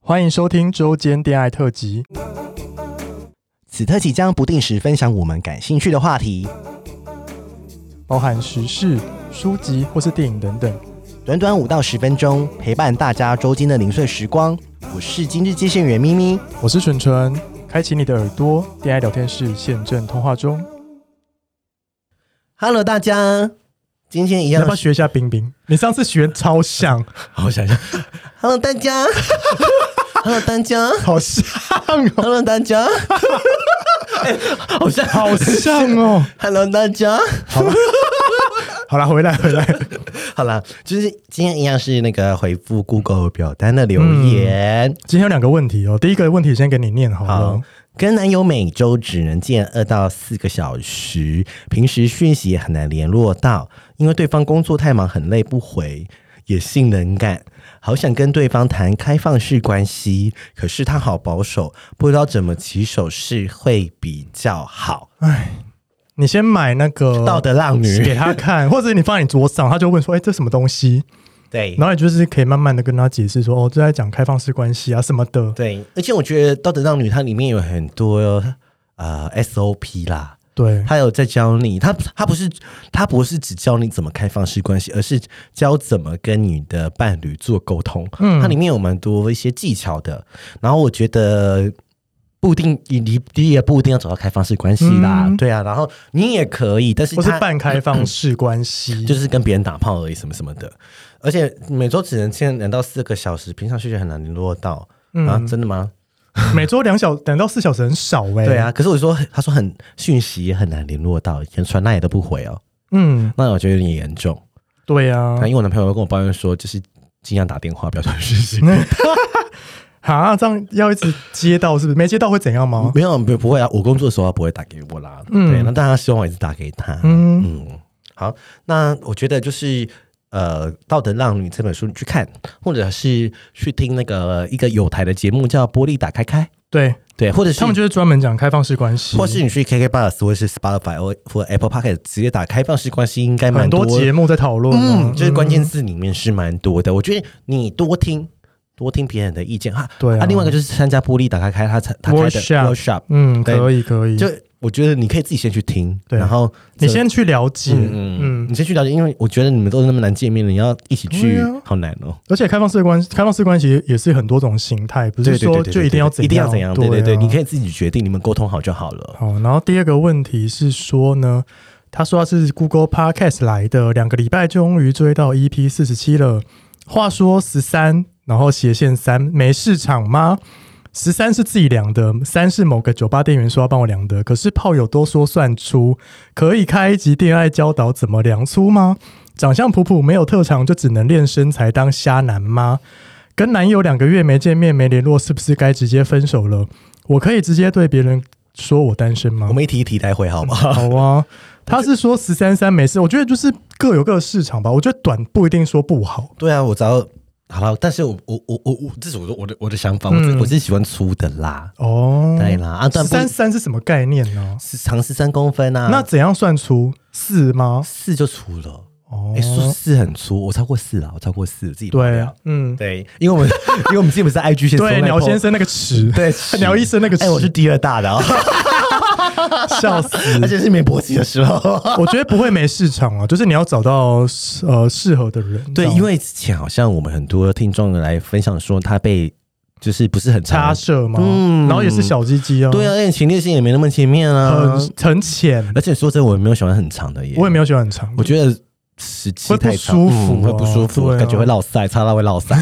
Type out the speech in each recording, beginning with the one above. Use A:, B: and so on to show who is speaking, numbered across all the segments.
A: 欢迎收听周间恋爱特辑。
B: 此特辑将不定时分享我们感兴趣的话题，
A: 包含时事、书籍或是电影等等。
B: 短短五到十分钟，陪伴大家周间的零碎时光。我是今日接线员咪咪，
A: 我是纯纯，开启你的耳朵，恋爱聊天室现正通话中。
B: Hello，大家，今天一
A: 你要不要
B: 样。
A: 学一下冰冰？你上次学超像，
C: 好，我想一下，
B: Hello，大家。Hello，大家。
A: 好像 哦，
B: Hello，大家。
C: 好像
A: 好像哦。
B: Hello，大家。
A: 好了，回来回来，
B: 好啦，就是今天一样是那个回复 Google 表单的留言。
A: 今天有两个问题哦。第一个问题先给你念好了
B: 好。，跟男友每周只能见二到四个小时，平时讯息也很难联络到，因为对方工作太忙，很累不回，也性冷感。好想跟对方谈开放式关系，可是他好保守，不知道怎么起手是会比较好。
A: 你先买那个
B: 道德浪女
A: 给他看，或者你放在你桌上，他就问说：“哎、这什么东西？”
B: 对
A: 然后你就是可以慢慢的跟他解释说：“哦，这在讲开放式关系啊什么的。
B: 对，而且我觉得《道德浪女》它里面有很多呃 SOP 啦，”
A: 对，
B: 他有在教你，他他不是他不是只教你怎么开放式关系，而是教怎么跟你的伴侣做沟通。嗯，它里面有蛮多一些技巧的。然后我觉得不一定你你你也不一定要走到开放式关系啦，对啊。然后你也可以，但是
A: 嗯或是
B: 他
A: 半开放式关系，
B: 嗯就是跟别人打炮而已，什么什么的。而且每周只能见两到四个小时，平常休息很难联络到、
A: 嗯
B: 啊，真的吗？
A: 每周两小两到四小时很少哎、
B: 对，啊，可是我说，他说很讯息也很难联络到，连传那也都不回哦，
A: 嗯，
B: 那我觉得有点严重。
A: 对啊
B: 那，因为我男朋友跟我抱怨说，就是尽量打电话，不要传讯息。
A: 哈，这样要一直接到是不是？没接到会怎样吗？
B: 没有，不不会啊，我工作的时候他不会打给我啦。
A: 嗯
B: 对，那当然希望我一直打给他。
A: 嗯，
B: 嗯，好，那我觉得就是呃，《道德浪女》这本书你去看，或者是去听那个一个有台的节目叫《玻璃打开开》，
A: 对
B: 对，或者是
A: 他们就是专门讲开放式关系，
B: 嗯或是你去 KK Bus 或是 Spotify 或或 Apple p o c k e t 直接打开放式关系，应该蛮
A: 很多节目在讨论啊嘛，
B: 嗯，就是关键字里面是蛮多的。我觉得你多听多听别人的意见哈。
A: 对啊
B: 另外一个就是参加玻璃打开开他参他开的
A: Workshop
B: workshop，
A: 嗯，
B: 对
A: 可以可以，
B: 就我觉得你可以自己先去听，
A: 对
B: 然后
A: 你先去了解，
B: 嗯
A: 嗯
B: 嗯，你先去了解，因为我觉得你们都是那么难见面了，你要一起去
A: 对啊，
B: 好难哦。
A: 而且开放式关系，开放式关系也是很多种形态，不是
B: 对对
A: 说
B: 对对，
A: 就一定要怎
B: 一定要怎样，对对对，
A: 啊
B: 你可以自己决定，你们沟通好就好了。
A: 好，然后第二个问题是说呢，他说他是 Google Podcast 来的，两个礼拜终于追到 EP 四十七了。话说十三，然后斜线三，没市场吗？十三是自己量的，三是某个酒吧店员说要帮我量的，可是炮友都说算出，可以开一集恋爱教导怎么量粗吗？长相普普没有特长就只能练身材当虾男吗？跟男友两个月没见面没联络，是不是该直接分手了？我可以直接对别人说我单身吗
B: 我？们一题一题来回 好吗？
A: 好啊，他是说十三三没事，我觉得就是各有各的市场吧。我觉得短不一定说不好，
B: 对啊，我只要好了，但是我我我我我这是我的我的我的想法，我是我是喜欢粗的啦，
A: 哦，
B: 对啦，啊，但
A: 十嗯
B: 不
A: 三三是什么概念呢、
B: 是长十三公分啊，
A: 那怎样算出四吗？
B: 四就粗了。
A: 哦
B: 哎、，说四很粗，我超过四了，我超过四，自己爆
A: 对
B: 料，
A: 嗯，
B: 对，因为我们因为我们自己不是 IG 先搜
A: 对，
B: 那
A: 鸟
B: po-
A: 先生那个尺，
B: 对尺
A: 鸟医生那个尺，
B: 哎、我是第二大的、哦，
A: 笑死。
B: 而且是没勃起的时 候。
A: 我觉得不会没市场啊，就是你要找到呃适合的人。这，
B: 对
A: 样
B: 因为之前好像我们很多听众来分享说他被就是不是很
A: 插
B: 差，
A: 射嘛，
B: 嗯
A: 然后也是小鸡鸡啊，
B: 对啊，而且前列腺也没那么前面啊，
A: 很很浅，
B: 而且说真的，我也没有喜欢很长的耶，
A: 我也没有喜欢很长，
B: 我觉得时期
A: 会不
B: 太长
A: 舒服
B: 嗯会不舒
A: 哦
B: 服，
A: 对啊
B: 感觉会落腮，擦到会 落腮，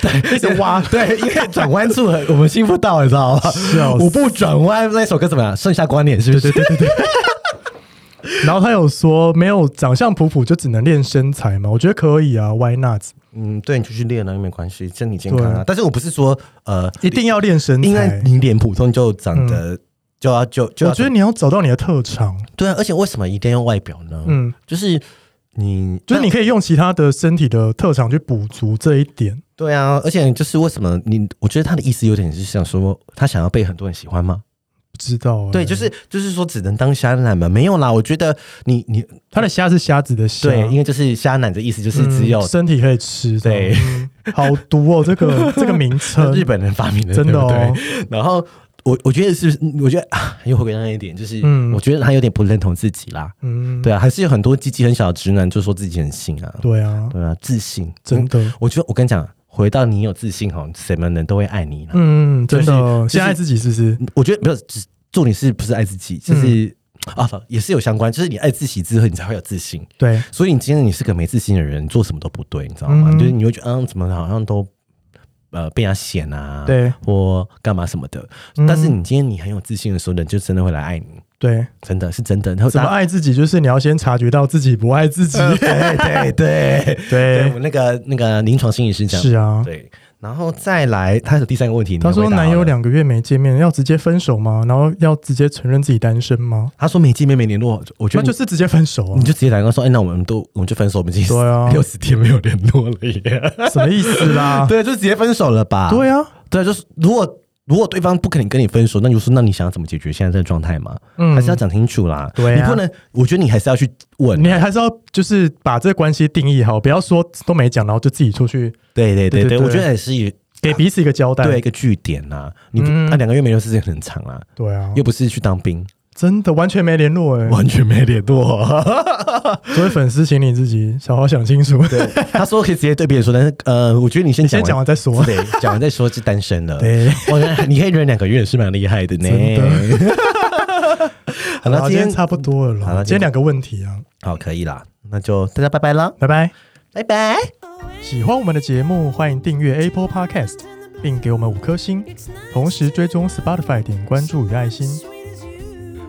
B: 对，一
A: 直挖
B: 对，因为转弯处很我们听不到，你知道吗
A: 笑？死
B: 五步转弯那首歌怎么样？剩下观点是不是？对对对
A: 然后他有说没有长相普普就只能练身材嘛？我觉得可以啊，Why not？
B: 嗯，对你就去练了，没关系，身体健康
A: 对
B: 啊。但是我不是说呃，
A: 一定要练身
B: 因为
A: 材。
B: 你脸普通就长得就要就就
A: 我
B: 要
A: 觉得你要找到你的特长，
B: 对啊，而且为什么一定要用外表呢？
A: 嗯，
B: 就是你
A: 就是你可以用其他的身体的特长去补足这一点。
B: 对啊，而且就是为什么你？我觉得他的意思有点是想说，他想要被很多人喜欢吗？
A: 知道、欸，
B: 对，就是就是说只能当虾男嘛，没有啦。我觉得你你
A: 它的虾是虾子的虾，
B: 对，啊因为就是虾男的意思就是
A: 嗯
B: 只有
A: 身体可以吃的，
B: 对
A: 嗯，好毒哦，这 个这个名称，
B: 日本人发明的，
A: 真的
B: 对不对
A: 哦，
B: 然后我我觉得是，我觉得啊，又回归到那一点，就是、
A: 嗯
B: 我觉得他有点不认同自己啦。
A: 嗯，
B: 对啊，还是有很多积极很小的直男就说自己很性啊，
A: 对啊，
B: 对啊，自信
A: 真的，
B: 我觉得我跟你讲，回到你有自信吼，什么人都会爱你啦。
A: 嗯，
B: 就
A: 真
B: 是
A: 的，
B: 哦就是嗯
A: 先爱自己是不是？
B: 我觉得没有，只重点是不是爱自己，就是、
A: 嗯
B: 啊，也是有相关，就是你爱自己之后，你才会有自信。
A: 对，
B: 所以你今天你是个没自信的人，你做什么都不对，你知道吗？
A: 嗯
B: 就是你会觉得，嗯，怎么好像都呃被人家嫌啊，
A: 对，
B: 或干嘛什么的。
A: 嗯
B: 但是你今天你很有自信的时候，人就真的会来爱你，
A: 对，
B: 真的是真的。然后
A: 怎么
B: 大家？
A: 爱自己，就是你要先察觉到自己不爱自己，
B: 嗯对对对对，我
A: 对，
B: 们那个那个临床心理师讲，
A: 是啊。
B: 对。然后再来，他有第啊三个问题，
A: 他
B: 你
A: 说
B: 回答好
A: 男
B: 了
A: 友，两个月没见面，要直接分手吗？然后要直接承认自己单身吗？
B: 他说没见面没联络，我觉
A: 那
B: 得
A: 就
B: 你
A: 是直接分手啊
B: 你，就直接打电话说，哎，那我们都我们就分手，我们已经
A: 对啊
B: 六十天没有联络了耶，
A: 什么意思啦？
B: 对，就直接分手了吧？
A: 对啊，
B: 对，就是如果如果对方不肯跟你分手，那你就说那你想要怎么解决现在这个状态嘛？
A: 嗯
B: 还是要讲清楚啦。
A: 对啊
B: 你不能，我觉得你还是要去问。啊
A: 你还还是要就是把这个关系定义好，不要说都没讲，然后就自己出去
B: 对对
A: 对
B: 对
A: 对
B: 对，
A: 对
B: 我觉得也是一
A: 给彼此一个交代。
B: 对一个据点啦。你不啊
A: 嗯
B: 那两个月没有时间很长啦，
A: 对啊，
B: 又不是去当兵，
A: 真的完全没联络哎、
B: 完全没联络。
A: 所以粉丝，请你自己好好想清楚，
B: 他说可以直接对别人说，但是呃，我觉得你先
A: 你
B: 讲
A: 先讲完再说。
B: 对，讲完再说是单身 了。
A: 对，
B: 哇，那你可以忍两个月是蛮厉害的呢
A: 真。
B: 好
A: 好
B: 了，
A: 啦
B: 今
A: 今天
B: 天
A: 差不多了啦。
B: 好啦
A: 今天两个问题啊，
B: 好可以啦，那就大家拜拜啦，
A: 拜拜。
B: 拜拜。
A: 喜欢我们的节目，欢迎订阅 Apple Podcast，并给我们五颗星，同时追踪 Spotify 点关注与爱心。